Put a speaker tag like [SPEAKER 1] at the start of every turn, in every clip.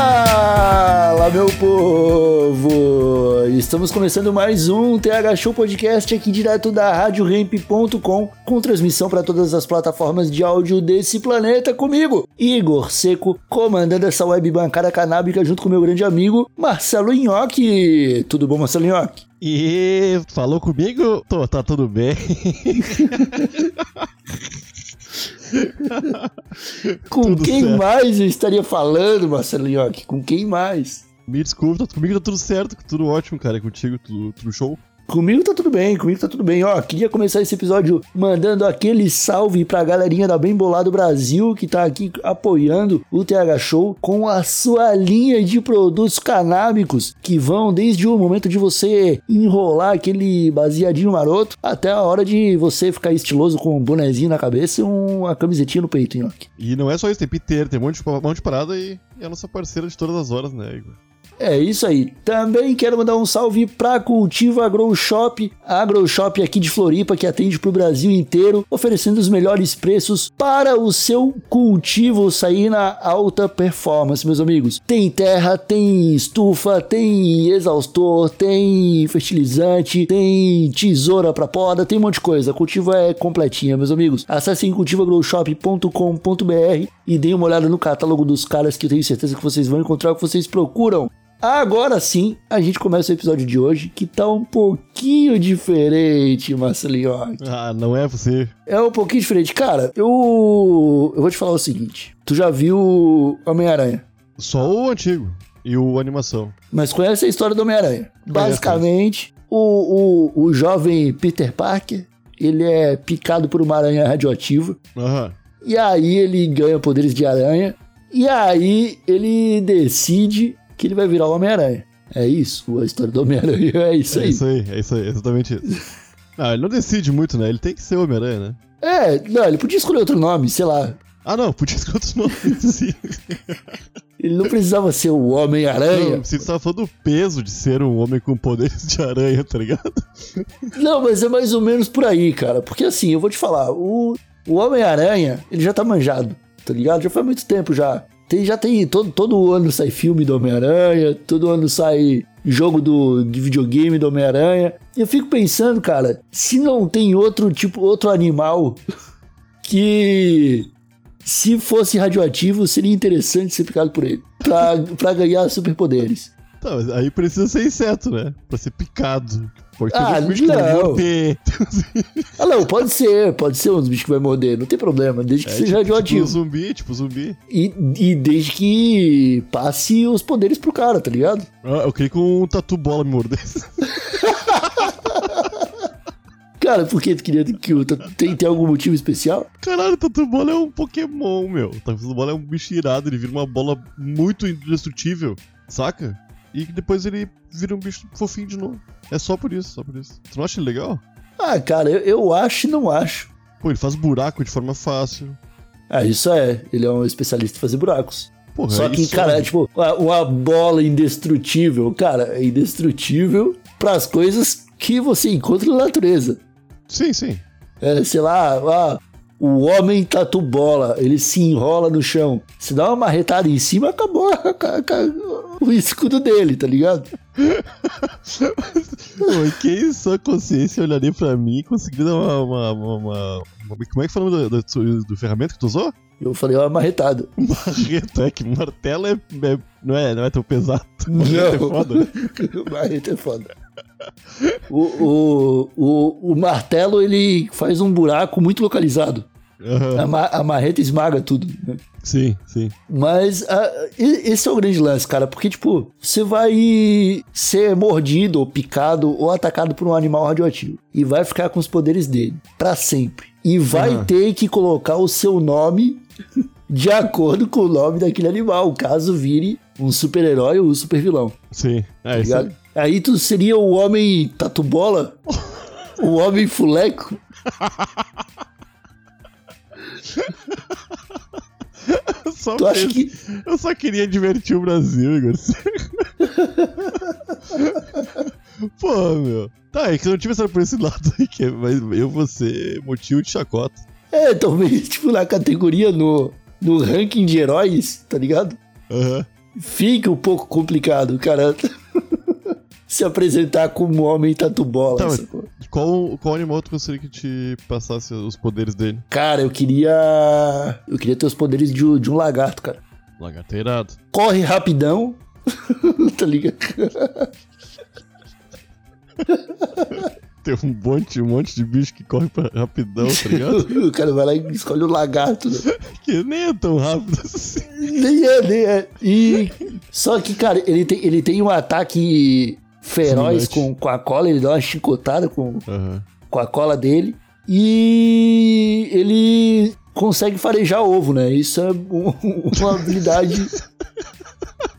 [SPEAKER 1] Fala, meu povo! Estamos começando mais um TH Show Podcast aqui direto da RadioRamp.com, com transmissão para todas as plataformas de áudio desse planeta comigo, Igor Seco, comandando essa web bancada canábica junto com meu grande amigo Marcelo Nhoque. Tudo bom, Marcelo Nhoque?
[SPEAKER 2] E falou comigo? Tô, tá tudo bem.
[SPEAKER 1] Com
[SPEAKER 2] Tudo
[SPEAKER 1] quem
[SPEAKER 2] certo.
[SPEAKER 1] mais eu estaria falando, Marcelo Nhoque? Com quem mais?
[SPEAKER 2] Me desculpa, tá, comigo tá tudo certo, tudo ótimo, cara. é Contigo, tudo, tudo show.
[SPEAKER 1] Comigo tá tudo bem, comigo tá tudo bem. Ó, queria começar esse episódio mandando aquele salve pra galerinha da Bem Bolado Brasil que tá aqui apoiando o TH Show com a sua linha de produtos canábicos que vão desde o momento de você enrolar aquele baseadinho maroto até a hora de você ficar estiloso com um bonezinho na cabeça e uma camisetinha no peito, nhoque.
[SPEAKER 2] E não é só isso, tem piteiro, tem um monte de, um monte de parada e é a nossa parceira de todas as horas, né, Igor?
[SPEAKER 1] É isso aí. Também quero mandar um salve pra Cultiva Grow Shop, a Grow Shop aqui de Floripa que atende pro Brasil inteiro, oferecendo os melhores preços para o seu cultivo sair na alta performance, meus amigos. Tem terra, tem estufa, tem exaustor, tem fertilizante, tem tesoura pra poda, tem um monte de coisa. A cultiva é completinha, meus amigos. Acessem cultivagrowshop.com.br e deem uma olhada no catálogo dos caras que eu tenho certeza que vocês vão encontrar o que vocês procuram. Agora sim, a gente começa o episódio de hoje, que tá um pouquinho diferente, Marcelinho.
[SPEAKER 2] Ah, não é você.
[SPEAKER 1] É um pouquinho diferente. Cara, eu. Eu vou te falar o seguinte. Tu já viu Homem-Aranha,
[SPEAKER 2] Só o antigo e o animação.
[SPEAKER 1] mas conhece a história do Homem-Aranha.
[SPEAKER 2] Conheço.
[SPEAKER 1] Basicamente, o, o, o jovem Peter Parker, ele é picado por uma aranha radioativa.
[SPEAKER 2] Aham.
[SPEAKER 1] E aí ele ganha poderes de aranha. E aí ele decide que ele vai virar o Homem-Aranha. É isso, a história do Homem-Aranha é isso
[SPEAKER 2] É
[SPEAKER 1] aí.
[SPEAKER 2] isso aí, é isso aí, é exatamente isso. Ah, ele não decide muito, né? Ele tem que ser o Homem-Aranha, né?
[SPEAKER 1] É, não, ele podia escolher outro nome, sei lá.
[SPEAKER 2] Ah, não, podia escolher outros nomes, sim.
[SPEAKER 1] Ele não precisava ser o
[SPEAKER 2] Não,
[SPEAKER 1] Homem-Aranha.
[SPEAKER 2] você tava falando do peso de ser um homem com poderes de aranha, tá ligado?
[SPEAKER 1] Não, mas é mais ou menos por aí, cara. Porque assim, eu vou te falar, o, o Homem-Aranha, ele já tá manjado, tá ligado? Já faz muito tempo já. Tem, já tem, todo, todo ano sai filme do Homem-Aranha, todo ano sai jogo do, de videogame do Homem-Aranha. E eu fico pensando, cara, se não tem outro tipo, outro animal que se fosse radioativo, seria interessante ser picado por ele. Pra, pra ganhar superpoderes.
[SPEAKER 2] Tá, mas aí precisa ser inseto, né? Pra ser picado. Porque
[SPEAKER 1] Ah,
[SPEAKER 2] tem uns bichos que vão
[SPEAKER 1] não.
[SPEAKER 2] morder.
[SPEAKER 1] Ah, não, pode ser, pode ser uns bichos que vai morder, não tem problema, desde que
[SPEAKER 2] É,
[SPEAKER 1] seja
[SPEAKER 2] Tipo
[SPEAKER 1] radioativo.
[SPEAKER 2] zumbi, tipo zumbi.
[SPEAKER 1] E, e desde que passe os poderes pro cara, tá ligado?
[SPEAKER 2] Ah, eu queria que um tatu bola me mordesse.
[SPEAKER 1] Cara, por que tu queria que o. Tem, tem algum motivo especial?
[SPEAKER 2] Caralho, tatu bola é um Pokémon, meu. Tatu bola é um bicho irado, ele vira uma bola muito indestrutível, saca? E que depois ele vira um bicho fofinho de novo. É só por isso, só por isso. Tu não acha ele legal?
[SPEAKER 1] Ah, cara, eu, eu acho e não acho.
[SPEAKER 2] Pô, ele faz buraco de forma fácil.
[SPEAKER 1] Ah, isso é. Ele é um especialista em fazer buracos.
[SPEAKER 2] Porra,
[SPEAKER 1] Só
[SPEAKER 2] é
[SPEAKER 1] que,
[SPEAKER 2] isso,
[SPEAKER 1] cara,
[SPEAKER 2] né?
[SPEAKER 1] é tipo, uma, uma bola indestrutível. Cara, é indestrutível pras coisas que você encontra na natureza.
[SPEAKER 2] Sim, sim.
[SPEAKER 1] É, sei lá, ah, o homem tatu bola, ele se enrola no chão. Se dá uma marretada em cima, acabou ca- ca- o escudo dele, tá ligado?
[SPEAKER 2] Pô, quem em sua consciência olharia pra mim e conseguiria dar uma, uma, uma- uma- uma- Como é que foi o nome do, do- do ferramenta que tu usou?
[SPEAKER 1] Eu falei uma marretada.
[SPEAKER 2] Marreta, é que martelo é, é- não, é, não é tão pesado.
[SPEAKER 1] Não.
[SPEAKER 2] Marreta é foda.
[SPEAKER 1] Marreta é foda. O, o, o, o martelo, ele faz um buraco muito localizado.
[SPEAKER 2] Aham.
[SPEAKER 1] A, ma- a marreta esmaga tudo, né?
[SPEAKER 2] Sim, sim.
[SPEAKER 1] Mas ah, e- esse é o grande lance, cara, porque, tipo, você vai ser mordido, ou picado, ou atacado por um animal radioativo. E vai ficar com os poderes dele, pra sempre. E E vai ter que colocar o seu nome de acordo com o nome daquele animal, caso vire um super-herói ou um super-vilão.
[SPEAKER 2] Sim. É isso.
[SPEAKER 1] Tá ligado?
[SPEAKER 2] aí.
[SPEAKER 1] Aí tu seria o homem tatu-bola? o homem fuleco?
[SPEAKER 2] Eu só,
[SPEAKER 1] Tu acha
[SPEAKER 2] penso-
[SPEAKER 1] que-
[SPEAKER 2] eu só queria divertir o Brasil, Igor. Pô, meu. Tá, é que eu não tive essa por esse lado aí, que é- mas eu vou ser motivo de chacota.
[SPEAKER 1] É, talvez, tipo, na categoria, no, no ranking de heróis, tá ligado?
[SPEAKER 2] Aham.
[SPEAKER 1] Fica um pouco complicado, o cara. se apresentar como um homem tatu-bola.
[SPEAKER 2] Tá, mas-
[SPEAKER 1] sacou?
[SPEAKER 2] Qual, qual animal tu gostaria que te passasse os poderes dele?
[SPEAKER 1] Cara, eu queria. Eu queria ter os poderes de, um- de um lagarto, cara.
[SPEAKER 2] Lagarto é irado.
[SPEAKER 1] Corre rapidão. tá ligado?
[SPEAKER 2] Tem um monte, um monte de bicho que corre pra- rapidão, tá ligado?
[SPEAKER 1] o cara vai lá e escolhe o lagarto. Né?
[SPEAKER 2] que nem é tão rápido assim.
[SPEAKER 1] Nem é, nem é. E... Só que, cara, ele tem, ele tem um ataque feroz
[SPEAKER 2] Semelhante.
[SPEAKER 1] com, com a cola, ele dá uma chicotada com,
[SPEAKER 2] Aham.
[SPEAKER 1] com a cola dele. E ele consegue farejar ovo, né? Isso é um- uma habilidade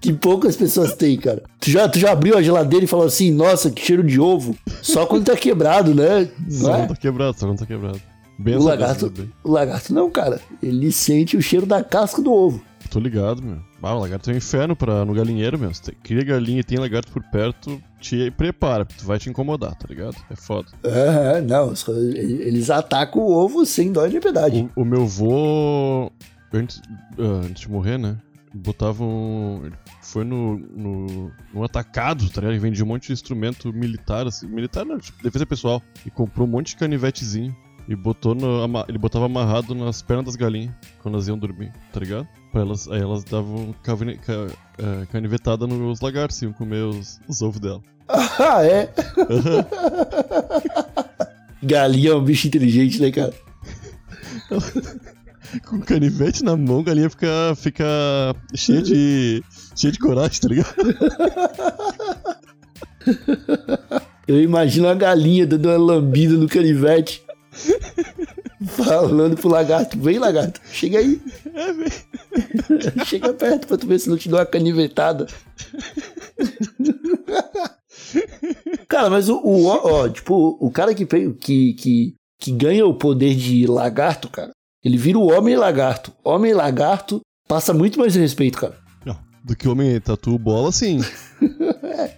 [SPEAKER 1] que poucas pessoas têm, cara. Tu já, tu já abriu a geladeira e falou assim, nossa, que cheiro de ovo. Só quando tá quebrado, né? Não
[SPEAKER 2] Só não
[SPEAKER 1] é?
[SPEAKER 2] tá quebrado, só não tá quebrado. Bem
[SPEAKER 1] O
[SPEAKER 2] essa
[SPEAKER 1] lagarto,
[SPEAKER 2] coisa também.
[SPEAKER 1] o lagarto não, cara. Ele sente o cheiro da casca do ovo.
[SPEAKER 2] Tô ligado, meu. Ah, o lagarto é um inferno pra, no galinheiro, meu. Se tem- cria galinha e tem lagarto por perto, te prepara, porque tu vai te incomodar, tá ligado? É foda.
[SPEAKER 1] Ah, não, os- eles atacam o ovo sem dó nem piedade.
[SPEAKER 2] O, o meu vô, antes, ah, antes de morrer, né? Botava um. Ele foi no, no, num atacado, tá ligado? Ele vendia um monte de instrumento militar, assim. Militar não, tipo, defesa pessoal. E comprou um monte de canivetezinho. E botou no, ama- ele botava amarrado nas pernas das galinhas quando elas iam dormir, tá ligado? Pra elas, aí elas davam um cavine- ca- eh, canivetada nos lagartos, iam comer os, os ovos dela.
[SPEAKER 1] Ah, é? Uhum. Galinha é um bicho inteligente, né, cara?
[SPEAKER 2] Com canivete na mão, a galinha fica, fica cheia de. cheia de coragem, tá ligado?
[SPEAKER 1] Eu imagino a galinha dando uma lambida no canivete. Falando pro lagarto, vem lagarto, chega aí. chega perto pra tu ver se não te dou uma canivetada. cara, mas o, o- ó, tipo, o cara que, pe- que, que, que ganha o poder de lagarto, cara, ele vira o homem lagarto. Homem lagarto passa muito mais respeito, cara.
[SPEAKER 2] Não. Do que homem tatu bola, sim. é,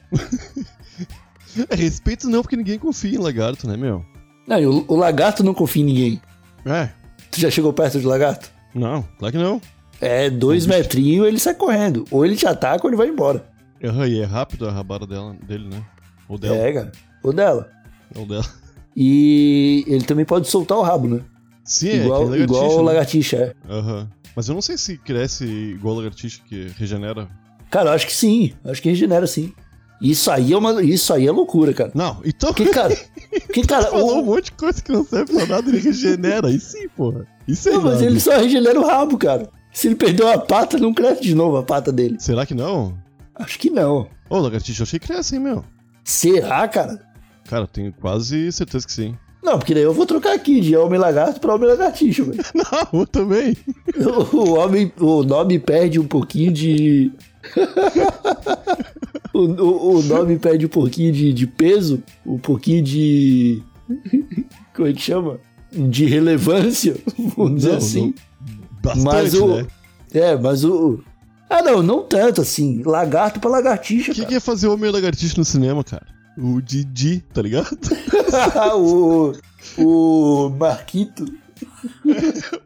[SPEAKER 2] respeito não, porque ninguém confia em lagarto, né, meu?
[SPEAKER 1] Não, e o, o lagarto não confia em ninguém.
[SPEAKER 2] É.
[SPEAKER 1] Tu já chegou perto de lagarto?
[SPEAKER 2] Não, claro que não.
[SPEAKER 1] É, dois metrinhos ele sai correndo. Ou ele te ataca ou ele vai embora.
[SPEAKER 2] Aham, e é rápido a rabada dela, dele, né? Ou dela.
[SPEAKER 1] É, cara. Ou dela.
[SPEAKER 2] Ou dela.
[SPEAKER 1] E ele também pode soltar o rabo, né?
[SPEAKER 2] Sim, é
[SPEAKER 1] igual
[SPEAKER 2] aquele
[SPEAKER 1] igual o lagartixa,
[SPEAKER 2] lagartixa,
[SPEAKER 1] é.
[SPEAKER 2] né? Aham. Mas eu não sei se cresce igual lagartixa que regenera.
[SPEAKER 1] Cara, eu acho que sim. Eu Acho que regenera sim. Isso aí é uma. Isso aí é loucura, cara.
[SPEAKER 2] Não, então.
[SPEAKER 1] Porque, cara. Porque, cara.
[SPEAKER 2] Falou um
[SPEAKER 1] o...
[SPEAKER 2] monte de coisa que não serve pra nada, ele regenera. Aí sim, porra. Isso é
[SPEAKER 1] Não, mas
[SPEAKER 2] irado.
[SPEAKER 1] ele só regenera o rabo, cara. Se ele perdeu a pata, não cresce de novo a pata dele.
[SPEAKER 2] Será que não?
[SPEAKER 1] Acho que não.
[SPEAKER 2] Ô, lagartixa, eu achei que cresce, hein, meu?
[SPEAKER 1] Será, cara?
[SPEAKER 2] Cara, eu tenho quase certeza que sim.
[SPEAKER 1] Não, porque daí eu vou trocar aqui de homem lagarto pra homem lagartixa, velho.
[SPEAKER 2] Não, eu Ah, também.
[SPEAKER 1] O homem, o nome perde um pouquinho de. o, o, o nome perde um pouquinho de, de peso, um pouquinho de. Como é que chama? De relevância, vamos dizer
[SPEAKER 2] Não,
[SPEAKER 1] assim.
[SPEAKER 2] Bastante,
[SPEAKER 1] mas o.
[SPEAKER 2] né?
[SPEAKER 1] É, mas o. Ah, não, não tanto assim. Lagarto pra lagartixa.
[SPEAKER 2] O que,
[SPEAKER 1] cara.
[SPEAKER 2] que ia fazer o homem lagartixa no cinema, cara? O Didi, tá ligado?
[SPEAKER 1] o. O Marquito.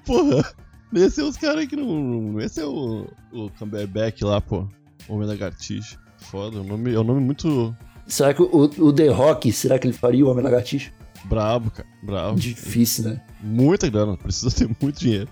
[SPEAKER 2] Porra. Ia ser os caras que não. não Ia ser o, o Cumberbatch lá, pô. Homem lagartixa. Foda, é um nome, é um nome muito
[SPEAKER 1] Será que o, o The Rock, será que ele faria o Homem Lagartixa?
[SPEAKER 2] brabo, cara. Brabo.
[SPEAKER 1] Difícil, né?
[SPEAKER 2] Muita grana, precisa ter muito dinheiro.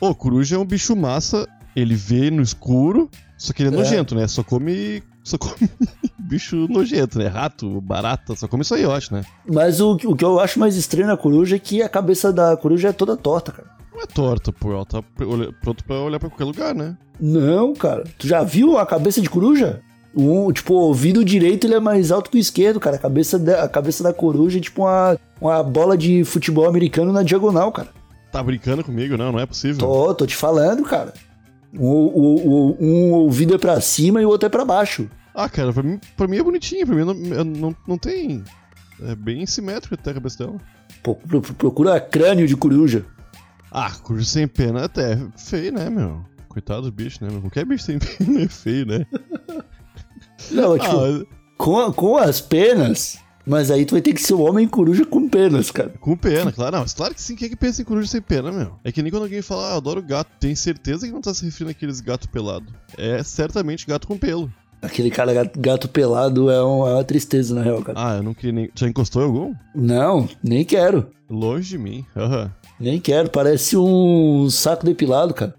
[SPEAKER 2] Ô, coruja é um bicho massa, ele vê no escuro, só que ele é,
[SPEAKER 1] É.
[SPEAKER 2] nojento, né? Só come. Só come bicho nojento, né? Rato, barata, só come isso aí, eu acho, né?
[SPEAKER 1] Mas o, o que eu acho mais estranho na coruja é que a cabeça da coruja é toda torta, cara.
[SPEAKER 2] Não é torta, pô, ela tá pre- olha- pronto pra olhar pra qualquer lugar, né?
[SPEAKER 1] Não, cara. Tu já viu a cabeça de coruja? Um, tipo, o ouvido direito ele é mais alto que o esquerdo, cara. A cabeça da, a cabeça da coruja é tipo uma, uma bola de futebol americano na diagonal, cara.
[SPEAKER 2] Tá brincando comigo? Não, não é possível.
[SPEAKER 1] Tô, tô te falando, cara. Um, O, o- o- um ouvido é pra cima e o outro é pra baixo.
[SPEAKER 2] Ah, cara, pra mim, pra mim é bonitinho, pra mim não, eu não, não tem. É bem simétrico até a cabeça dela.
[SPEAKER 1] Pô, pro- pro- procura crânio de coruja.
[SPEAKER 2] Ah, cujo sem pena é até feio, né, meu? Coitado do bicho, né, meu? Qualquer bicho sem pena é feio, né?
[SPEAKER 1] Não, tipo,
[SPEAKER 2] Ah,
[SPEAKER 1] com, com as penas. Mas aí tu vai ter que ser um homem coruja com penas, cara.
[SPEAKER 2] com pena, claro. Não, mas claro que sim, quem é que pensa em coruja sem pena, meu? É que nem quando alguém fala, ah, eu adoro gato, tem certeza que não tá se referindo àqueles gato pelado. É certamente gato com pelo.
[SPEAKER 1] Aquele cara gato, gato pelado é, um- é uma tristeza, na real, cara.
[SPEAKER 2] Ah, eu não queria nem. Já encostou em algum?
[SPEAKER 1] Não, nem quero.
[SPEAKER 2] Longe de mim. Aham.
[SPEAKER 1] Nem quero. Parece um saco depilado, cara.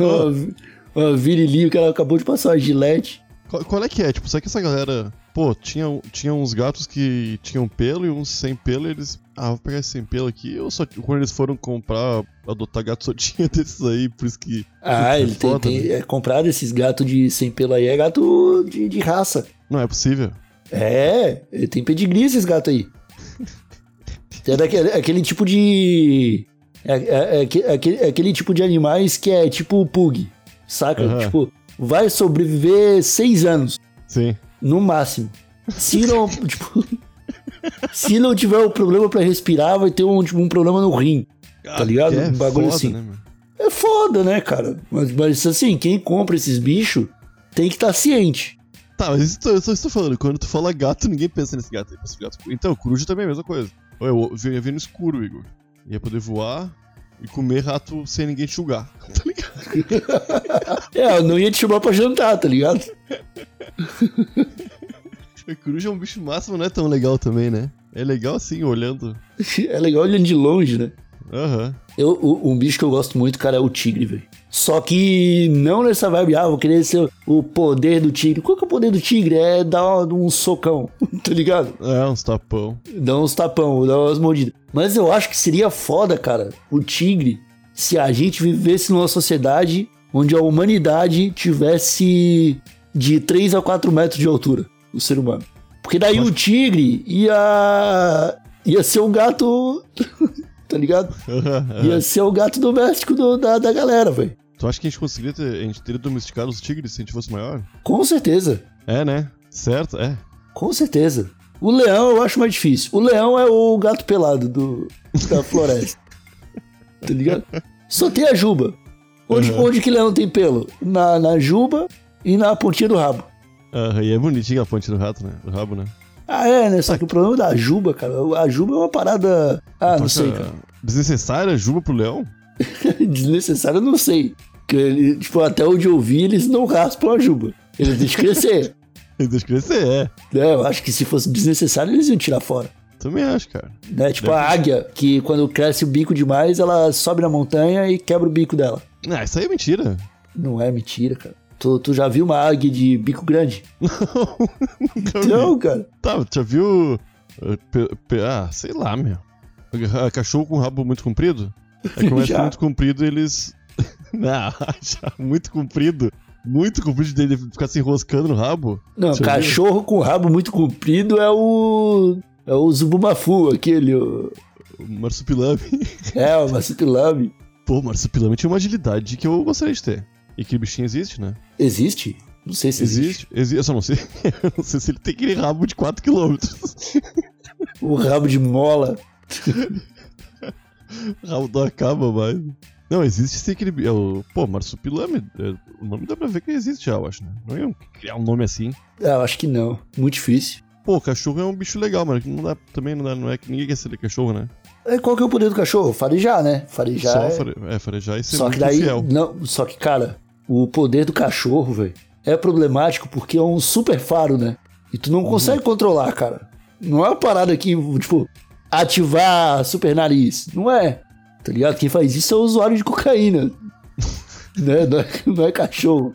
[SPEAKER 1] uma, vi- uma virilinha que ela acabou de passar uma gilete.
[SPEAKER 2] Qual, qual é que é? Tipo, será que essa galera. Pô, tinha, um- tinha uns gatos que tinham pelo e uns sem pelo, e eles. Ah, vou pegar esse sem pelo aqui. Ou só. Quando eles foram comprar, adotar gato, só tinha desses aí, por isso que.
[SPEAKER 1] Ah, ele tem,
[SPEAKER 2] Foda,
[SPEAKER 1] tem
[SPEAKER 2] né?
[SPEAKER 1] é, comprado esses gatos de sem pelo aí, é gato de, de raça.
[SPEAKER 2] Não é possível.
[SPEAKER 1] É, ele tem pedigree esses gatos aí. É daquele, aquele tipo de. É, é- é aque- aquele, é aquele tipo de animais que é tipo o pug, saca?
[SPEAKER 2] Aham.
[SPEAKER 1] Tipo, vai sobreviver seis anos,
[SPEAKER 2] Sim.
[SPEAKER 1] no máximo. Se não, tipo, se não tiver um problema pra respirar, vai ter um, tipo, um problema no rim. Tá ligado?
[SPEAKER 2] Que é
[SPEAKER 1] Um bagulho
[SPEAKER 2] foda,
[SPEAKER 1] assim.
[SPEAKER 2] né, meu?
[SPEAKER 1] É foda, né, cara? Mas, mas assim, quem compra esses bichos tem que estar ciente.
[SPEAKER 2] Tá, mas isso eu só estou falando. Quando tu fala gato, ninguém pensa nesse gato. aí, pensa no gato. Então, coruja também é a mesma coisa. Ou Eu eu ia vir no escuro, Igor. Ia poder voar e comer rato sem ninguém te julgar. Tá ligado?
[SPEAKER 1] É, eu não ia te chamar pra jantar, tá ligado?
[SPEAKER 2] A coruja é um bicho máximo, não é tão legal também, né? É legal assim, olhando.
[SPEAKER 1] É legal olhando de longe, né?
[SPEAKER 2] Aham.
[SPEAKER 1] Eu, o- um bicho que eu gosto muito, cara, é o tigre, velho. Só que não nessa vibe, ah, vou querer ser o poder do tigre. Qual que é o poder do tigre? É dar um socão, tá ligado?
[SPEAKER 2] É, uns tapão.
[SPEAKER 1] Dar uns tapão, dar umas mordidas. Mas eu acho que seria foda, cara, o tigre, se a gente vivesse numa sociedade onde a humanidade tivesse de 3 a 4 metros de altura, o ser humano. Porque daí o tigre ia. ia ser um gato, tá ligado?
[SPEAKER 2] Aham, aham.
[SPEAKER 1] Ia ser o gato doméstico do- da, da galera, velho.
[SPEAKER 2] Tu acha que a gente conseguiria ter, a gente teria domesticado os tigres se a gente fosse maior?
[SPEAKER 1] Com certeza.
[SPEAKER 2] É, né? Certo, é.
[SPEAKER 1] Com certeza. O leão eu acho mais difícil. O leão é o gato pelado do, da floresta. tá ligado? Só tem a juba. Onde,
[SPEAKER 2] Uhum.
[SPEAKER 1] onde que leão tem pelo? Na, na juba e na pontinha do rabo.
[SPEAKER 2] Aham, e é bonitinha a ponte do rato, né? Do rabo, né?
[SPEAKER 1] Ah, é, né? Só que o problema da juba, cara. A juba é uma parada. Ah, não sei, cara.
[SPEAKER 2] Desnecessária juba pro leão?
[SPEAKER 1] Desnecessário, eu não sei. Porque ele- tipo, até onde eu vi, eles não raspam a juba. Eles deixam crescer.
[SPEAKER 2] Ele Deixa crescer, é.
[SPEAKER 1] É, eu acho que se fosse desnecessário, eles iam tirar fora.
[SPEAKER 2] Também acho, cara.
[SPEAKER 1] Né? Tipo a águia, que quando cresce o bico demais, ela sobe na montanha e quebra o bico dela.
[SPEAKER 2] Ah, isso aí é mentira.
[SPEAKER 1] Não é mentira, cara. Tu, tu já viu uma águia de bico grande?
[SPEAKER 2] Nunca vi.
[SPEAKER 1] Não, cara.
[SPEAKER 2] Tá, tu já viu. uh, pe- pe- Ah, sei lá, meu. Ah, Cachorro com rabo muito comprido? Aí começa
[SPEAKER 1] Já.
[SPEAKER 2] com muito comprido eles. Não, já muito comprido. Muito comprido dele ficar se enroscando no rabo.
[SPEAKER 1] Não,
[SPEAKER 2] Você
[SPEAKER 1] cachorro com rabo muito comprido é o. É o Zubumafu, aquele. o-
[SPEAKER 2] O marsupilame.
[SPEAKER 1] É, o Massupilame.
[SPEAKER 2] Pô, o marsupilame tinha uma agilidade que eu gostaria de ter. E que bichinho existe, né?
[SPEAKER 1] Existe? Não sei se existe.
[SPEAKER 2] Existe? Existe. Eu só não sei. Eu não sei se ele tem aquele rabo de 4km.
[SPEAKER 1] O rabo de mola.
[SPEAKER 2] rabo não acaba mais. Não, existe sim aquele. bi- É o... Pô, marsupilame. é, O nome dá pra ver que existe já, eu acho, né? Não iam criar um nome assim.
[SPEAKER 1] Ah, eu acho que não. Muito difícil.
[SPEAKER 2] Pô, cachorro é um bicho legal, mano. que Não dá, também não, dá, não é que ninguém quer ser de cachorro, né?
[SPEAKER 1] É, Qual que é o poder do cachorro? Farejar, né? Farejar.
[SPEAKER 2] Só
[SPEAKER 1] é-
[SPEAKER 2] fare... é, farejar e ser
[SPEAKER 1] Só
[SPEAKER 2] muito
[SPEAKER 1] que daí.
[SPEAKER 2] fiel.
[SPEAKER 1] Não, só que, cara, o poder do cachorro, velho, é problemático porque é um super faro, né? E tu
[SPEAKER 2] Uhum.
[SPEAKER 1] não consegue controlar, cara. Não é uma parada que, tipo, ativar super nariz. Não é. Tá ligado? Quem faz isso é o usuário de cocaína. né? não, é, não é cachorro.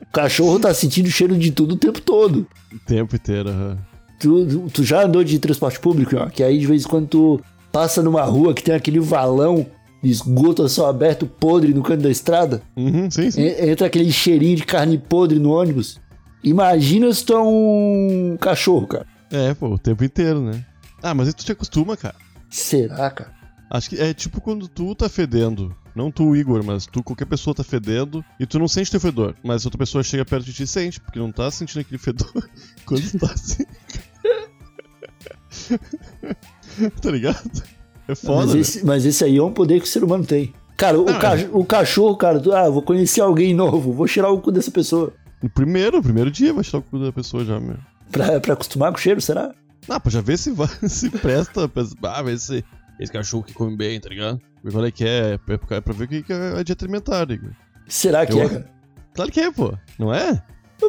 [SPEAKER 1] O cachorro tá sentindo o cheiro de tudo o tempo todo.
[SPEAKER 2] O tempo inteiro, aham.
[SPEAKER 1] Tu, tu já andou de transporte público, ó, que aí de vez em quando tu passa numa rua que tem aquele valão esgoto a céu aberto podre no canto da estrada,
[SPEAKER 2] Uhum, sim, sim.
[SPEAKER 1] en- entra aquele cheirinho de carne podre no ônibus. Imagina se tu é um cachorro, cara.
[SPEAKER 2] É, pô, o tempo inteiro, né? Ah, mas aí tu te acostuma, cara.
[SPEAKER 1] Será, cara?
[SPEAKER 2] Acho que é tipo quando tu tá fedendo. Não tu, Igor, mas tu, qualquer pessoa tá fedendo e tu não sente teu fedor. Mas outra pessoa chega perto de ti e sente, porque não tá sentindo aquele fedor quando tu tá assim. tá ligado? É foda,
[SPEAKER 1] mas,
[SPEAKER 2] né?
[SPEAKER 1] esse, mas esse aí é um poder que o ser humano tem. Cara, o,
[SPEAKER 2] Não, é.
[SPEAKER 1] ca- o cachorro, cara, tu- ah, vou conhecer alguém novo, vou tirar o cu dessa pessoa.
[SPEAKER 2] No primeiro, no primeiro dia vai tirar o cu da pessoa já, meu.
[SPEAKER 1] Pra, pra acostumar com o cheiro, será?
[SPEAKER 2] Ah, pra já ver se vai, se presta. pra- Ah, ver se esse cachorro que come bem, tá ligado? Ver qual é que é, é pra, é pra ver o que que é a dieta alimentar, Igor.
[SPEAKER 1] Será que
[SPEAKER 2] Eu-
[SPEAKER 1] é, cara?
[SPEAKER 2] Claro que é, pô. Não é?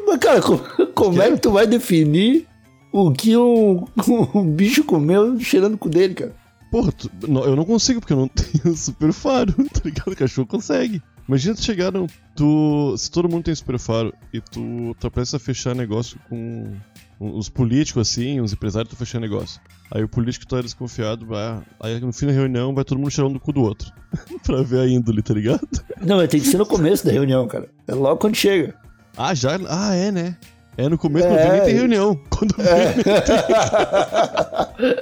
[SPEAKER 1] Mas, cara, co- como, é que tu vai definir o que um, um bicho comeu cheirando o cu dele, cara?
[SPEAKER 2] Porra, tu- não, eu não consigo porque eu não tenho super faro, tá ligado? O cachorro consegue. Imagina se chegaram, tu. Se todo mundo tem super faro e tu tá prestes a fechar negócio com o- os políticos assim, os empresários estão fechando negócio. Aí o político tá desconfiado, vai. Aí no fim da reunião vai todo mundo tirando do cu do outro. pra ver a índole, tá ligado?
[SPEAKER 1] Não, mas tem que ser no começo da reunião, cara. É logo quando chega.
[SPEAKER 2] Ah, já. Ah, é, né? É, no começo não
[SPEAKER 1] É.
[SPEAKER 2] vê nem tem reunião. Quando vê.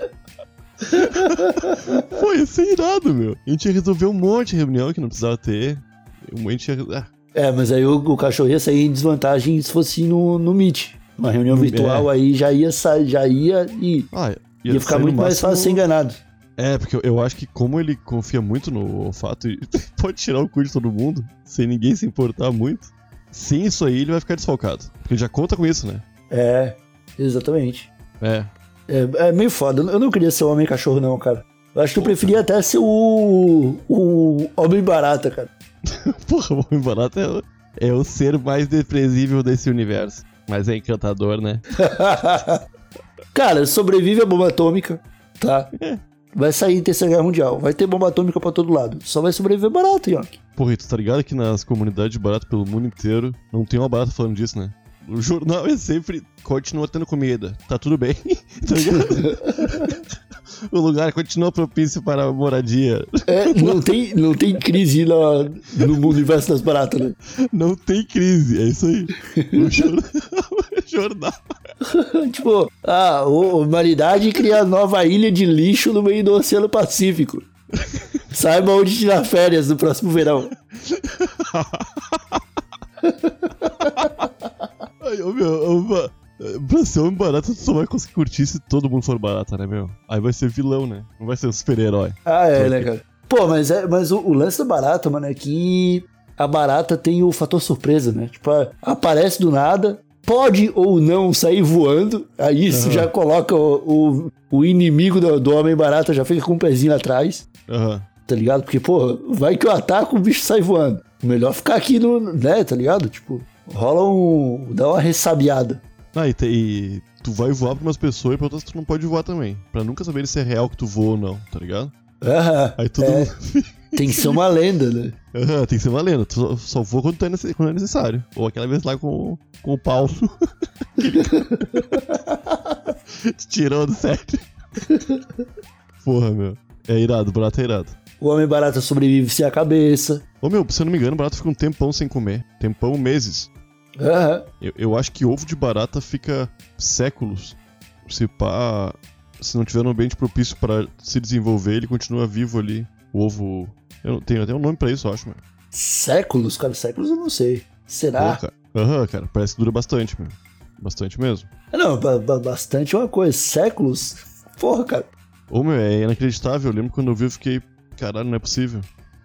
[SPEAKER 2] Pô, ia ser assim, irado, meu. A gente ia resolver um monte de reunião que não precisava ter. Um monte ia... ah,
[SPEAKER 1] É, mas aí o, o cachorro ia sair em desvantagem se fosse no, no Meet. Uma
[SPEAKER 2] É.
[SPEAKER 1] reunião virtual aí já ia sair, já ia e
[SPEAKER 2] ah,
[SPEAKER 1] ia, ficar
[SPEAKER 2] sair no
[SPEAKER 1] muito mais
[SPEAKER 2] máximo-
[SPEAKER 1] fácil ser enganado.
[SPEAKER 2] É, porque eu, eu acho que como ele confia muito no olfato e pode tirar o cu de todo mundo, sem ninguém se importar muito, sem isso aí ele vai ficar desfalcado. Porque ele já conta com isso, né?
[SPEAKER 1] É, exatamente.
[SPEAKER 2] É.
[SPEAKER 1] É, é meio foda. Eu não queria ser o homem cachorro, não, cara. Eu acho que eu preferia até ser o. o homem barata, cara.
[SPEAKER 2] Porra, o homem barato é, o- é o ser mais desprezível desse universo. Mas é encantador, né?
[SPEAKER 1] cara, sobrevive a bomba atômica, tá?
[SPEAKER 2] É.
[SPEAKER 1] Vai sair em Terceira Guerra Mundial. Vai ter bomba atômica pra todo lado. Só vai sobreviver barato, Yonk.
[SPEAKER 2] Porra, e tu tá ligado que nas comunidades de barato pelo mundo inteiro não tem uma barata falando disso, né? O jornal é sempre continua tendo comida, tá tudo bem, tá ligado? o lugar continua propício para moradia.
[SPEAKER 1] É, não, tem, não tem crise na, no universo das baratas, né?
[SPEAKER 2] Não tem crise, é isso aí. O jornal. o jornal.
[SPEAKER 1] Tipo, a humanidade cria nova ilha de lixo no meio do Oceano Pacífico. Saiba onde tirar férias no próximo verão.
[SPEAKER 2] Ai, ô, meu, ô, ba- pra ser um barato, tu só vai conseguir curtir se todo mundo for barata, né, meu? Aí vai ser vilão, né? Não vai ser um super-herói.
[SPEAKER 1] Ah, é, né, cara? Pô, mas, é, mas o, o lance da barata, mano, é que a barata tem o fator surpresa, né? Tipo, a- aparece do nada, pode ou não sair voando, aí isso já coloca o, o, o inimigo do, do homem barata, já fica com um pezinho atrás,
[SPEAKER 2] Aham.
[SPEAKER 1] tá ligado? Porque, pô, vai que eu ataco, o bicho sai voando. Melhor ficar aqui no, né, tá ligado? Tipo, rola um... dá uma ressabiada.
[SPEAKER 2] Ah, e, te- e tu vai voar pra umas pessoas e pra outras tu não pode voar também. Pra nunca saber se é real que tu voa ou não, tá ligado?
[SPEAKER 1] Aham,
[SPEAKER 2] Aí todo
[SPEAKER 1] é,
[SPEAKER 2] mundo.
[SPEAKER 1] tem que ser uma lenda, né?
[SPEAKER 2] Aham, tem que ser uma lenda. Tu só, só voa quando, tu é nece- quando é necessário. Ou aquela vez lá com, o- com o Paulo. Aquele- Te tirou do sério. Porra, meu. É irado, o barato é irado.
[SPEAKER 1] O homem barata sobrevive sem a cabeça.
[SPEAKER 2] Ô meu, se eu não me engano, o barato fica um tempão sem comer. Tempão, meses.
[SPEAKER 1] Aham.
[SPEAKER 2] Eu, eu acho que ovo de barata fica séculos. Se pá, se não tiver um ambiente propício pra se desenvolver, ele continua vivo ali. O ovo. Eu não tenho até um nome pra isso, eu acho, meu.
[SPEAKER 1] Séculos, cara, séculos eu não sei. Será?
[SPEAKER 2] Pô, cara. Aham, cara, parece que dura bastante, meu. Bastante mesmo.
[SPEAKER 1] Não, ba- ba- bastante é uma coisa. Séculos? Porra, cara.
[SPEAKER 2] Ô meu, é inacreditável. Eu lembro quando eu vi, eu fiquei. Caralho, não é possível.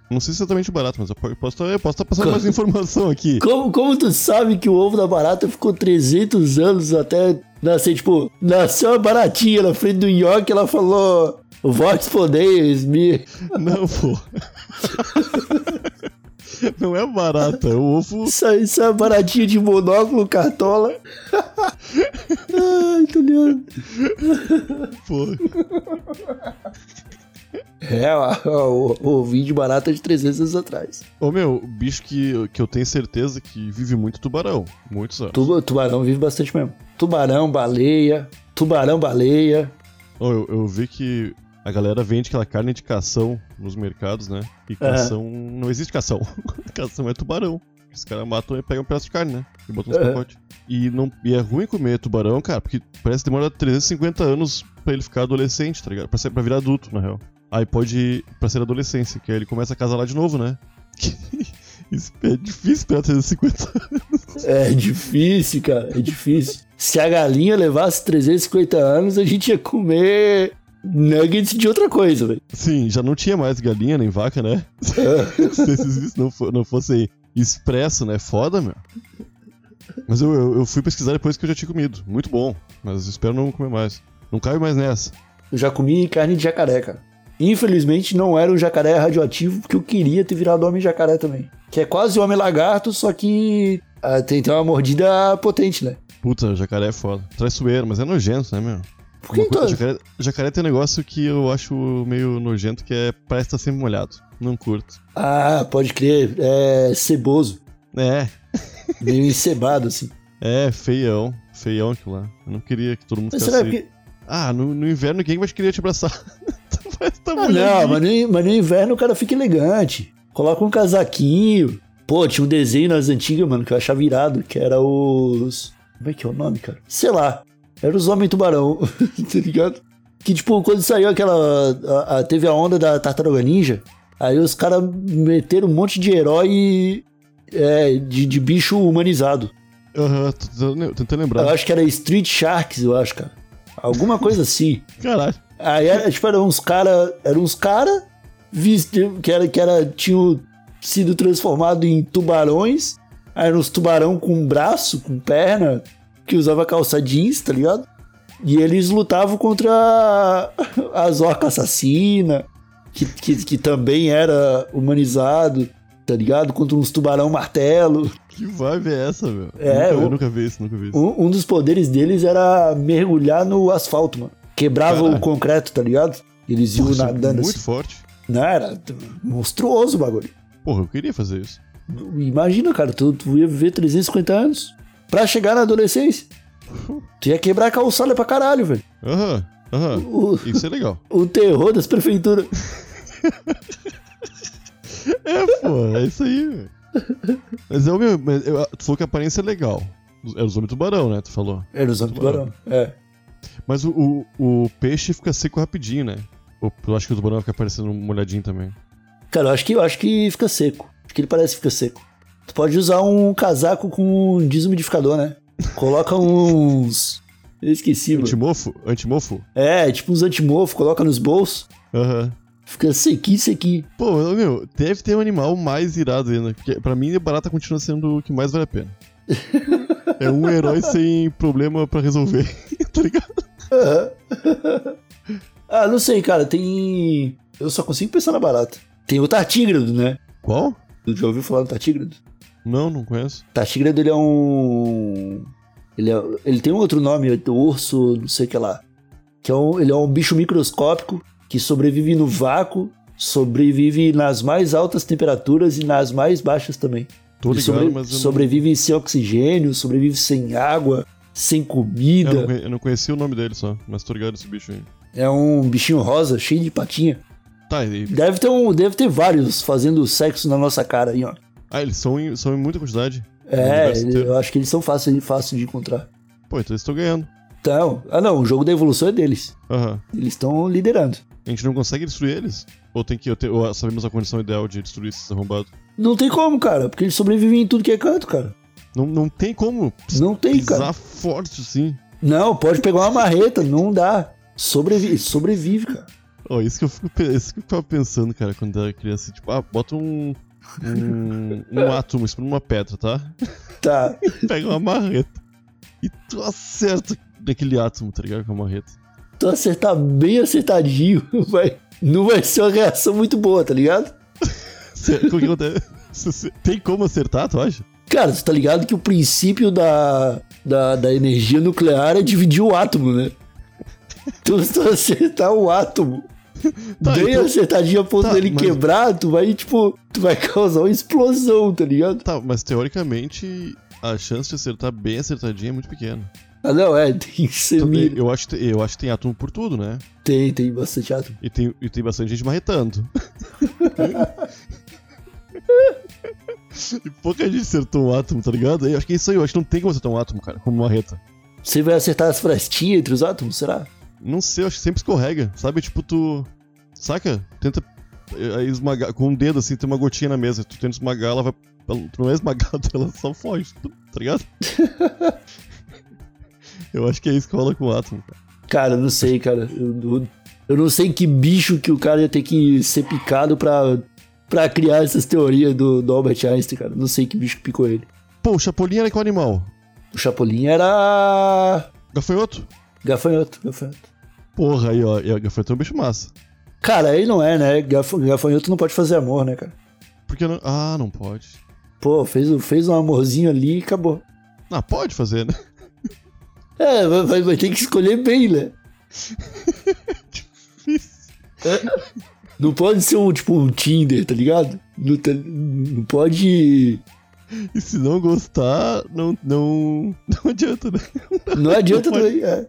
[SPEAKER 2] Não sei é exatamente barato, mas eu po- eu posso estar passando mais informação aqui.
[SPEAKER 1] Como, como tu sabe que o ovo da barata ficou 300 anos até nascer? Tipo, nasceu uma baratinha na frente do nhoque, ela falou: Vox podeis, me.
[SPEAKER 2] Não, pô. não é barata, é o ovo.
[SPEAKER 1] Isso, aí- isso é uma baratinha de monóculo, cartola. Ai, tô ligado.
[SPEAKER 2] Pô.
[SPEAKER 1] É, ó, ó, o, o ovinho de barata de 300 anos atrás.
[SPEAKER 2] Ô meu, o bicho que, que eu tenho certeza que vive muito tubarão. Muitos anos.
[SPEAKER 1] Tuba- Tubarão vive bastante mesmo. Tubarão, baleia. Tubarão, baleia.
[SPEAKER 2] Ô, eu, eu vi que a A galera vende aquela carne de cação nos mercados, né? E cação. Não existe cação. cação é tubarão. Os caras matam e pegam um pedaço de carne, né? E botam nos
[SPEAKER 1] Aham.
[SPEAKER 2] pacotes. E, não... e é ruim comer tubarão, cara, porque parece que demora 350 anos pra ele ficar adolescente, tá ligado? Pra, ser... pra virar adulto, na real. Aí pode ir pra ser adolescência, que aí ele começa a casar lá de novo, né? Isso é difícil esperar 350
[SPEAKER 1] É difícil, cara, é difícil. Se a galinha levasse 350 anos, a gente ia comer nuggets de outra coisa, velho.
[SPEAKER 2] Sim, já não tinha mais galinha nem vaca, né? Se esses vídeos não, fo- não fossem expresso, né? Foda, meu. Mas eu, eu, eu fui pesquisar depois que eu já tinha comido. Muito bom. Mas espero não comer mais. Não caio mais nessa.
[SPEAKER 1] Eu já comi carne de jacaré, cara. Infelizmente não era um jacaré radioativo, porque eu queria ter virado homem jacaré também. Que é quase homem lagarto, só que ah, tem, tem uma mordida potente, né?
[SPEAKER 2] Puta, jacaré é foda. Traiçoeiro, mas é nojento, né, meu?
[SPEAKER 1] Por que
[SPEAKER 2] Uma coisa-
[SPEAKER 1] então?
[SPEAKER 2] jacaré, jacaré tem um negócio que eu acho meio nojento, que é parece estar sempre molhado. Não curto.
[SPEAKER 1] Ah, pode crer, é ceboso,
[SPEAKER 2] É,
[SPEAKER 1] meio encebado, assim.
[SPEAKER 2] é feião. Feião aquilo lá. Eu não queria que todo mundo
[SPEAKER 1] Mas
[SPEAKER 2] ficasse...
[SPEAKER 1] será que...
[SPEAKER 2] Ah, no, no inverno ninguém vai querer te abraçar. Parece que tá
[SPEAKER 1] Ah,
[SPEAKER 2] molhadinho.
[SPEAKER 1] não, mas no, mas no inverno o cara fica elegante. Coloca um casaquinho. Pô, tinha um desenho nas antigas, mano, que eu achava irado, que era os. Como é que é o nome, cara? Sei lá. Era os Homem Tubarão, tá ligado? Que, tipo, quando saiu aquela. a- a- teve a onda da Tartaruga Ninja, aí os caras meteram um monte de herói é, de, de bicho humanizado.
[SPEAKER 2] Aham, tô tentando- tentando
[SPEAKER 1] Eu
[SPEAKER 2] lembrar.
[SPEAKER 1] acho que era Street Sharks, eu acho, cara. Alguma coisa assim.
[SPEAKER 2] Caralho.
[SPEAKER 1] Aí era, tipo, eram uns cara, eram uns cara visto que era que era tinham sido transformado em tubarões. Aí eram uns tubarão com um braço, com perna, que usava calça jeans, tá ligado? E eles lutavam contra a- as orcas assassina, que, que, que também era humanizado, tá ligado? Contra uns tubarão martelo.
[SPEAKER 2] Que vibe é essa, meu?
[SPEAKER 1] É,
[SPEAKER 2] nunca, eu
[SPEAKER 1] o-
[SPEAKER 2] nunca vi isso, nunca vi isso.
[SPEAKER 1] Um, um dos poderes deles era mergulhar no asfalto, mano. Quebrava o
[SPEAKER 2] Caralho.
[SPEAKER 1] concreto, tá ligado? Eles iam
[SPEAKER 2] Nossa,
[SPEAKER 1] nadando
[SPEAKER 2] muito
[SPEAKER 1] assim.
[SPEAKER 2] forte.
[SPEAKER 1] Não, era t- monstruoso o bagulho.
[SPEAKER 2] Porra, eu queria fazer isso.
[SPEAKER 1] Imagina, cara, tu, tu ia viver 350 anos pra chegar na adolescência. Tu ia quebrar a calçada pra caralho, velho.
[SPEAKER 2] Aham, aham.
[SPEAKER 1] O,
[SPEAKER 2] Isso é legal.
[SPEAKER 1] o terror das prefeituras.
[SPEAKER 2] É, pô, é isso aí, velho. Mas é o meu. Mas eu- tu falou que a aparência é legal. Era os homens tubarão, né? Tu falou.
[SPEAKER 1] Era os homens tubarão. É.
[SPEAKER 2] Mas o, o, o peixe fica seco rapidinho, né? Ou Eu acho que o tubarão fica parecendo molhadinho também.
[SPEAKER 1] Cara, eu acho que, eu acho que fica seco. Acho que ele parece que fica seco. Tu pode usar um casaco com um desumidificador, né? Coloca uns. Eu esqueci, mano.
[SPEAKER 2] Antimofo? Antimofo?
[SPEAKER 1] É, tipo uns antimofo, coloca nos bolsos.
[SPEAKER 2] Aham.
[SPEAKER 1] Fica sequinho, sequinho.
[SPEAKER 2] Pô, mas, meu, deve ter um animal mais irado ainda. Porque pra mim, a barata continua sendo o que mais vale a pena. é um herói sem problema pra resolver, tá ligado?
[SPEAKER 1] Ah, não sei, cara, tem. Eu só consigo pensar na barata. Tem o Tartígrado, né?
[SPEAKER 2] Qual?
[SPEAKER 1] Tu já ouviu falar do Tartígrado?
[SPEAKER 2] Não, não conheço.
[SPEAKER 1] Tartígrado, ele é um. Ele, é... ele tem um outro nome, o urso, não sei o que lá. Que é um... Ele é um bicho microscópico que sobrevive no vácuo, sobrevive nas mais altas temperaturas e nas mais baixas também.
[SPEAKER 2] Tô
[SPEAKER 1] Ele
[SPEAKER 2] ligado,
[SPEAKER 1] sobre-
[SPEAKER 2] mas eu,
[SPEAKER 1] sobrevive sem oxigênio, sobrevive sem água, sem
[SPEAKER 2] não, eu, não
[SPEAKER 1] comida.
[SPEAKER 2] conhe- eu não conhecia o nome dele só, mas tô ligado esse bicho aí.
[SPEAKER 1] É um bichinho rosa, cheio de patinha.
[SPEAKER 2] Tá, e,
[SPEAKER 1] Deve ter, um, deve ter vários fazendo sexo na nossa cara aí, ó.
[SPEAKER 2] ah, eles são em, são em muita quantidade? No
[SPEAKER 1] É,
[SPEAKER 2] universo
[SPEAKER 1] ele-
[SPEAKER 2] inteiro?
[SPEAKER 1] eu acho que eles são fáceis fácil de encontrar.
[SPEAKER 2] Pô, então eles estão ganhando.
[SPEAKER 1] Então, ah não, o jogo da evolução é deles.
[SPEAKER 2] Aham.
[SPEAKER 1] Eles estão liderando.
[SPEAKER 2] A gente não consegue destruir eles? Ou tem que. Ou, te- ou sabemos a condição ideal de destruir esses arrombados?
[SPEAKER 1] Não tem como, cara, porque eles sobrevivem em tudo que é canto, cara.
[SPEAKER 2] Não, não tem como
[SPEAKER 1] Não tem,
[SPEAKER 2] pisar
[SPEAKER 1] cara.
[SPEAKER 2] forte assim.
[SPEAKER 1] Não, pode pegar uma marreta, não dá. Sobrevive, sobrevive, cara.
[SPEAKER 2] Ó, isso que eu fico pe- isso que eu ficava pensando, cara, quando eu era criança, tipo, ah, bota um. Um, um átomo, isso numa pedra, tá?
[SPEAKER 1] Tá.
[SPEAKER 2] Pega uma marreta. E tu acerta naquele átomo, tá ligado? Com a marreta.
[SPEAKER 1] Tu acertar bem acertadinho, vai. Não vai ser uma reação muito boa, tá ligado?
[SPEAKER 2] Cê- como que acontece? Cê- cê- Tem como acertar, tu acha?
[SPEAKER 1] Cara, tu tá ligado que o princípio da, da, da energia nuclear é dividir o átomo, né? Então, se tu acertar o átomo,
[SPEAKER 2] Tá,
[SPEAKER 1] bem
[SPEAKER 2] então-
[SPEAKER 1] acertadinho a ponto
[SPEAKER 2] tá,
[SPEAKER 1] dele
[SPEAKER 2] mas-
[SPEAKER 1] quebrar, tu vai, tipo, tu vai causar uma explosão, tá ligado?
[SPEAKER 2] Tá, mas teoricamente a chance de acertar bem acertadinha é muito pequena.
[SPEAKER 1] Ah, não, é, tem que ser
[SPEAKER 2] Tem-
[SPEAKER 1] milho.
[SPEAKER 2] Eu acho, que- eu acho que tem atum por tudo, né?
[SPEAKER 1] Tem, tem bastante atum.
[SPEAKER 2] E tem, e tem bastante gente marretando. e pouca gente acertou um átomo, tá ligado? Eu acho que é isso aí, eu acho que não tem como acertar um átomo, cara, como marreta.
[SPEAKER 1] Você vai acertar as frestinhas entre os átomos, será?
[SPEAKER 2] Não sei, eu acho que sempre escorrega, sabe? Tipo, tu. Saca? Tenta eh, aí esmagar. Com um dedo assim, tem uma gotinha na mesa. Tu tenta esmagar, ela vai. ela- Tu não é esmagado, ela só foge, tá ligado? eu acho que é isso que rola com o átomo, cara.
[SPEAKER 1] Cara, eu não sei, cara. Eu, eu- eu não sei que bicho que o cara ia ter que ser picado pra, pra criar essas teorias do, do Albert Einstein, cara. Não sei que bicho que picou ele.
[SPEAKER 2] Pô, o Chapolin era qual animal?
[SPEAKER 1] O Chapolin era.
[SPEAKER 2] Gafanhoto?
[SPEAKER 1] Gafanhoto, gafanhoto.
[SPEAKER 2] Porra, aí, ó. e a- Gafanhoto é um bicho massa.
[SPEAKER 1] Cara, aí não é, né? Gaf- Gafanhoto não pode fazer amor, né, cara?
[SPEAKER 2] Porque não. Ah, não pode.
[SPEAKER 1] Pô, fez, um- fez um amorzinho ali e acabou.
[SPEAKER 2] Ah, pode fazer, né?
[SPEAKER 1] É, vai, vai- vai ter que escolher bem, né? Não pode ser um, tipo, um Tinder, tá ligado? Não, tá- não pode.
[SPEAKER 2] E se não gostar, não, não, não adianta, né?
[SPEAKER 1] Não adianta
[SPEAKER 2] Não pode.
[SPEAKER 1] também. É.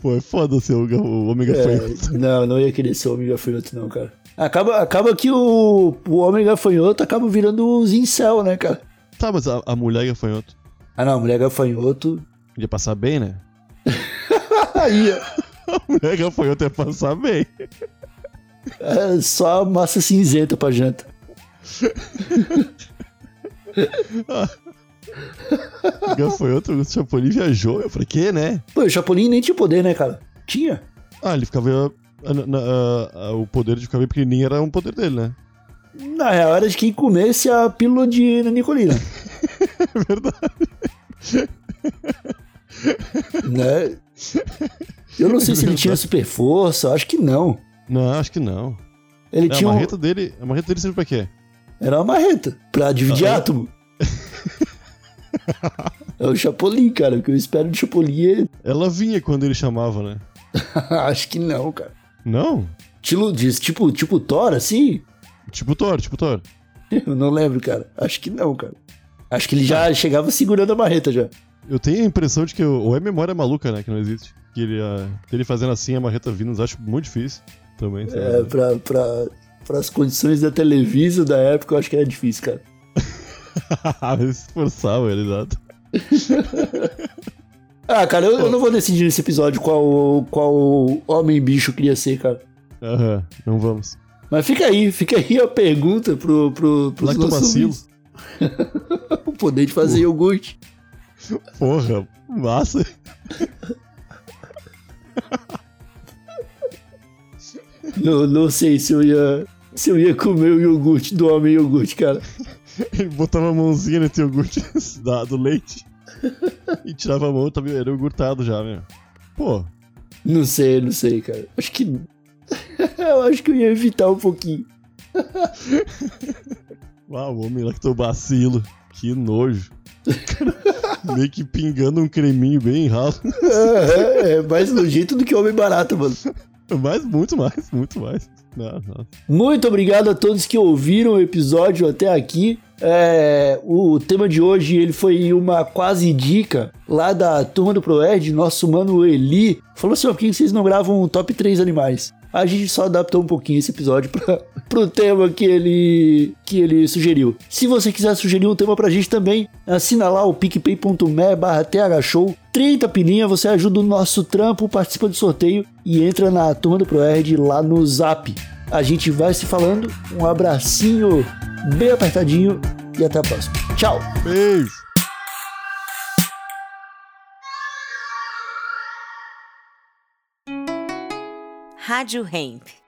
[SPEAKER 2] Pô, é foda ser o, ga- o homem gafanhoto.
[SPEAKER 1] É, não, não ia querer ser o homem gafanhoto, não, cara. Acaba, acaba que o, o homem gafanhoto acaba virando os incel, né, cara?
[SPEAKER 2] Tá, mas a, a mulher gafanhoto
[SPEAKER 1] Ah, não, a mulher gafanhoto.
[SPEAKER 2] ia passar bem, né?
[SPEAKER 1] Aí,
[SPEAKER 2] A mulher gafanhoto ia passar bem.
[SPEAKER 1] é só massa cinzenta pra janta.
[SPEAKER 2] O gafanhoto, o Chapolin viajou. Eu falei, quê, né?
[SPEAKER 1] Pô, o Chapolin nem tinha poder, né, cara? Tinha.
[SPEAKER 2] Ah, ele ficava. ah, na- na- ah, ah, o poder de ficar bem pequenininho era um poder dele, né?
[SPEAKER 1] Na real, era de quem comesse a pílula de Nicolina.
[SPEAKER 2] É verdade.
[SPEAKER 1] né? Eu não sei se ele tinha super força, acho que não.
[SPEAKER 2] Não, acho que não.
[SPEAKER 1] Ele
[SPEAKER 2] É, a
[SPEAKER 1] tinha um-
[SPEAKER 2] marreta dele. A marreta dele serve pra quê?
[SPEAKER 1] Era uma marreta, pra dividir
[SPEAKER 2] Ah, é?
[SPEAKER 1] átomo. é o Chapolin, cara. O que eu espero do Chapolin
[SPEAKER 2] Ela vinha quando ele chamava, né?
[SPEAKER 1] é... acho que não, cara.
[SPEAKER 2] Não?
[SPEAKER 1] Tilo diz, tipo, tipo Thor, assim?
[SPEAKER 2] Tipo Thor, tipo Thor.
[SPEAKER 1] Eu não lembro, cara. Acho que não, cara. Acho que ele
[SPEAKER 2] Ah.
[SPEAKER 1] já chegava segurando a marreta já.
[SPEAKER 2] Eu tenho a impressão de que o- ou é memória maluca, né? Que não existe. Que ele, ah, dele fazendo assim a marreta vindo, eu acho muito difícil também. tá sei
[SPEAKER 1] É,
[SPEAKER 2] lá.
[SPEAKER 1] pra, pra, pras condições da televisão da época, eu acho que era difícil, cara.
[SPEAKER 2] Ele se esforçava, ele dado.
[SPEAKER 1] Ah, cara, eu, eu não vou decidir nesse episódio qual, qual homem-bicho queria ser, cara.
[SPEAKER 2] Aham, não vamos.
[SPEAKER 1] Mas fica aí, fica aí a pergunta pro, pro, pros nossos
[SPEAKER 2] Lactobacilo.
[SPEAKER 1] ouvintes. o poder de fazer iogurte.
[SPEAKER 2] Porra, massa.
[SPEAKER 1] Não, não sei se eu ia. Se eu ia comer o iogurte do homem iogurte, cara.
[SPEAKER 2] Ele botava a mãozinha nesse iogurte da- do leite e tirava a mão, tava, era iogurtado já, meu. Pô,
[SPEAKER 1] Não sei, não sei, cara. Acho que. eu acho que eu ia evitar um pouquinho.
[SPEAKER 2] uau, ah, homem lactobacilo. Que nojo. Meio que pingando um creminho bem ralo.
[SPEAKER 1] Aham, é mais nojento do que homem barato, mano.
[SPEAKER 2] Mas muito mais, muito mais. Não, não.
[SPEAKER 1] Muito obrigado a todos que ouviram o episódio até aqui. É, o tema de hoje ele foi uma quase dica lá da turma do ProEd, nosso mano Eli. Falou assim: ó, por que vocês não gravam um top 3 animais? A gente só adaptou um pouquinho esse episódio para pro tema que ele, que ele sugeriu. Se você quiser sugerir um tema pra gente também, assina lá o picpay.me barra thshow, 30 pilinha, você ajuda o nosso trampo, participa do sorteio e entra na turma do ProErd lá no Zap. A gente vai se falando, um abracinho bem apertadinho e até a próxima. Tchau!
[SPEAKER 2] Beijo.
[SPEAKER 3] Rádio Hemp.